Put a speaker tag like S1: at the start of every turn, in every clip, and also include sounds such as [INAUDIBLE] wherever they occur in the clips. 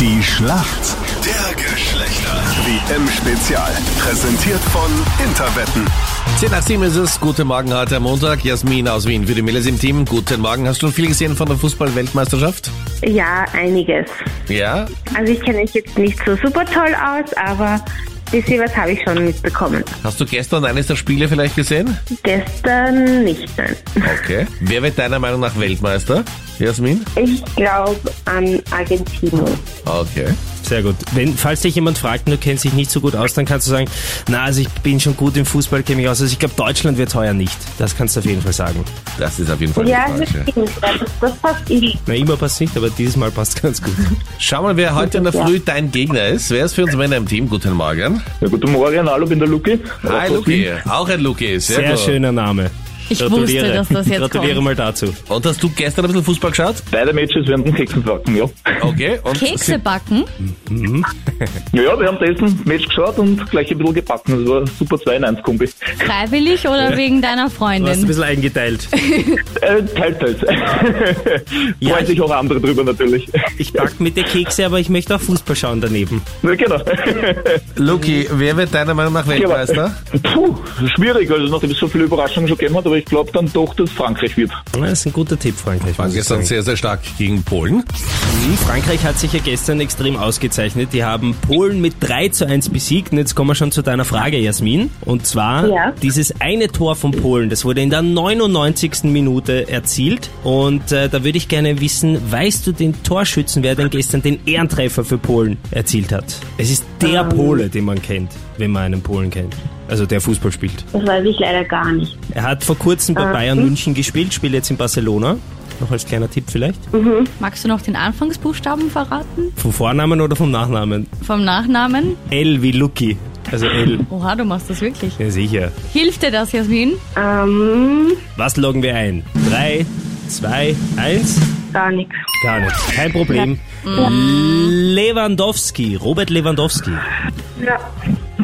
S1: Die Schlacht der Geschlechter. WM-Spezial. Präsentiert von Interwetten.
S2: 10 nach 7 ist es. Guten Morgen, heute am Montag. Jasmin aus Wien für die Mädels im Team. Guten Morgen. Hast du viel gesehen von der Fußball-Weltmeisterschaft?
S3: Ja, einiges.
S2: Ja?
S3: Also ich kenne mich jetzt nicht so super toll aus, aber ein bisschen was habe ich schon mitbekommen.
S2: Hast du gestern eines der Spiele vielleicht gesehen?
S3: Gestern nicht,
S4: [LAUGHS]
S3: nein.
S2: Okay. Wer wird deiner Meinung nach Weltmeister? Jasmin?
S3: Ich glaube an Argentinien.
S2: Okay.
S4: Sehr gut. Wenn, falls dich jemand fragt und du kennst dich nicht so gut aus, dann kannst du sagen, na, also ich bin schon gut im Fußball, kenne mich aus. Also ich glaube, Deutschland wird heuer nicht. Das kannst du auf jeden Fall sagen.
S2: Das ist auf jeden Fall
S3: Ja,
S2: die
S3: das
S2: falsche.
S3: stimmt. Das, das passt eh.
S4: Na, immer passt nicht, aber dieses Mal passt ganz gut.
S2: Schau mal, wer heute in der Früh dein Gegner ist. Wer ist für uns Männer im Team? Guten Morgen.
S5: Ja, guten Morgen, hallo, bin der Luki.
S2: Hi, Luki. Auch ein Luki. Sehr,
S4: Sehr
S2: gut.
S4: schöner Name.
S6: Ich wusste, dass das jetzt
S4: Gratuliere
S6: kommt.
S4: mal dazu.
S2: Und hast du gestern ein bisschen Fußball geschaut?
S5: Beide Matches werden den Keksen backen, ja.
S2: Okay. Und
S6: Kekse backen?
S5: Ja, ja, wir haben dessen Match geschaut und gleich ein bisschen gebacken. Das war ein super 2 in 1 Kombi.
S6: Freiwillig oder wegen deiner
S4: Du hast ein
S6: Freundin?
S4: bisschen eingeteilt.
S5: Äh, teils, teils.
S4: [LAUGHS] Ja,
S5: Freuen sich auch andere drüber natürlich.
S4: Ich back mit der Kekse, aber ich möchte auch Fußball schauen daneben. [LAUGHS]
S5: Ja, genau.
S2: Luki, wer wird deiner Meinung nach
S5: Ja, aber-
S2: Weltmeister?
S5: Puh, schwierig, also nachdem es so viele Überraschungen schon gegeben hat, aber ich glaube dann doch, dass Frankreich wird.
S4: Na, Das ist ein guter Tipp, Frankreich.
S2: War
S4: muss ich
S2: gestern
S4: sagen.
S2: sehr, sehr stark gegen Polen.
S4: Hm, Frankreich hat sich ja gestern extrem ausgezeichnet. Die haben Polen mit 3 zu 1 besiegt. Und jetzt kommen wir schon zu deiner Frage, Jasmin. Und zwar
S3: Ja.
S4: dieses eine Tor von Polen, das wurde in der 99. Minute erzielt. Und äh, da würde ich gerne wissen, weißt du den Torschützen, wer denn gestern den Ehrentreffer für Polen erzielt hat? Es ist der Pole, den man kennt, wenn man einen Polen kennt. Also der Fußball spielt.
S3: Das weiß ich leider gar nicht.
S4: Er hat vor kurzem bei Bayern München gespielt, spielt jetzt in Barcelona. Noch als kleiner Tipp vielleicht.
S6: Magst du noch den Anfangsbuchstaben verraten?
S4: Vom Vornamen oder vom Nachnamen?
S6: Vom Nachnamen?
S4: L wie Lucky. Also L.
S6: Oha, du machst das wirklich.
S4: Ja, sicher.
S6: Hilft dir das, Jasmin?
S3: Ähm,
S4: Was loggen wir ein? Drei, zwei, eins.
S3: gar nichts.
S4: Gar nichts. Kein Problem. Lewandowski, Robert Lewandowski.
S3: Ja.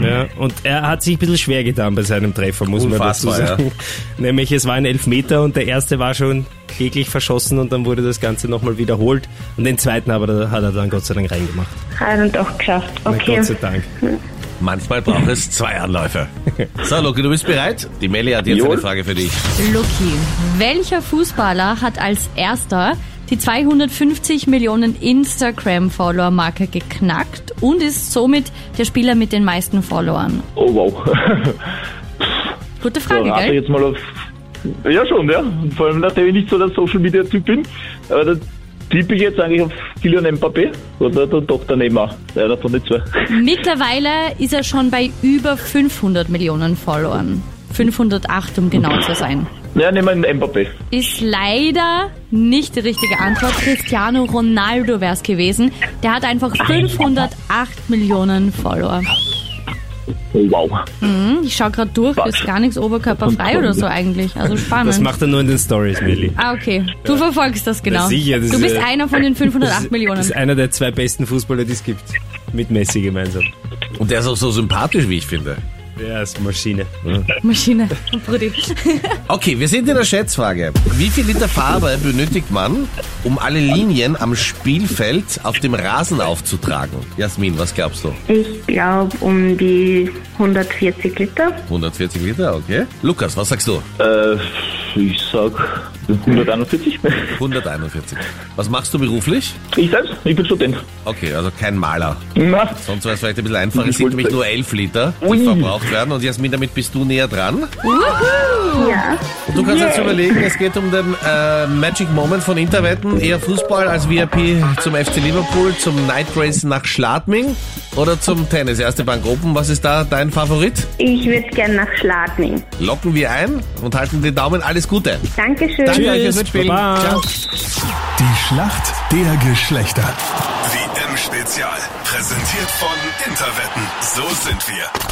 S4: Ja, und er hat sich ein bisschen schwer getan bei seinem Treffer, muss
S2: Unfassbar,
S4: man dazu sagen. [LAUGHS] Nämlich es war ein Elfmeter und der erste war schon kläglich verschossen und dann wurde das Ganze nochmal wiederholt. Und den zweiten aber hat er dann Gott sei Dank reingemacht.
S3: Hat er doch geschafft.
S4: Na,
S3: Okay.
S4: Gott sei Dank.
S2: Manchmal braucht es zwei Anläufe. So, Luki, du bist bereit? Die Melli hat jetzt
S5: Jo.
S2: eine Frage für dich.
S6: Lucky. Welcher Fußballer hat als erster die 250 Millionen Instagram-Follower-Marke geknackt und ist somit der Spieler mit den meisten Followern?
S5: Oh wow. [LAUGHS]
S6: Gute
S5: Da
S6: Frage,
S5: rate ich
S6: gell?
S5: jetzt mal auf. Ja schon, ja. Vor allem nachdem ich nicht so der Social Media Typ bin. Aber da tippe ich jetzt eigentlich auf Kylian Mbappé oder der doch daneben auch. Einer von den zwei.
S6: Mittlerweile ist er schon bei über 500 Millionen Followern. 508, um genau zu sein.
S5: Ja, nehmen wir einen Mbappé.
S6: Ist leider nicht die richtige Antwort. Cristiano Ronaldo wär's gewesen. Der hat einfach 508 Millionen Follower.
S5: Oh wow.
S6: Hm, Ich schau gerade durch, ist gar nichts oberkörperfrei oder so eigentlich. Also spannend.
S4: Das macht er nur in den Stories, Millie.
S6: ah, okay. Du verfolgst das genau.
S4: Na sicher, das
S6: du
S4: ist,
S6: bist
S4: äh,
S6: einer von den 508
S4: Das
S6: Millionen.
S4: ist einer der zwei besten Fußballer, die es gibt. Mit Messi gemeinsam.
S2: Und der ist auch so sympathisch, wie ich finde.
S4: Ja, ist Maschine.
S6: Maschine. Brudi.
S2: Okay, wir sind in der Schätzfrage. Wie viel Liter Farbe benötigt man, um alle Linien am Spielfeld auf dem Rasen aufzutragen? Jasmin, was glaubst du?
S3: Ich glaube um die 140 Liter.
S2: 140 Liter, okay. Lukas, was sagst du?
S5: Äh, ich sag 141.
S2: 141. Was machst du beruflich?
S5: Ich selbst, ich bin Student.
S2: Okay, also kein Maler.
S5: Na,
S2: Sonst wäre es vielleicht ein bisschen einfacher. Es sind
S5: wollte-
S2: nämlich nur 11 Liter, die
S5: Ui.
S2: verbraucht werden. Und Jasmin, damit bist du näher dran.
S3: Ja.
S2: Und du kannst jetzt überlegen, es geht um den äh, Magic Moment von Interwetten. Eher Fußball als VIP zum FC Liverpool, zum Night Race nach Schladming oder zum Tennis. Erste Bank Open. Was ist da dein Favorit?
S3: Ich würde gern nach Schladming.
S2: Locken wir ein und halten die Daumen. Alles Gute.
S3: Dankeschön.
S2: Danke euch
S4: Tschüss,
S2: fürs Mitspielen.
S4: Baba.
S2: Ciao.
S1: Die Schlacht der Geschlechter. WM-Spezial. Präsentiert von Interwetten. So sind wir.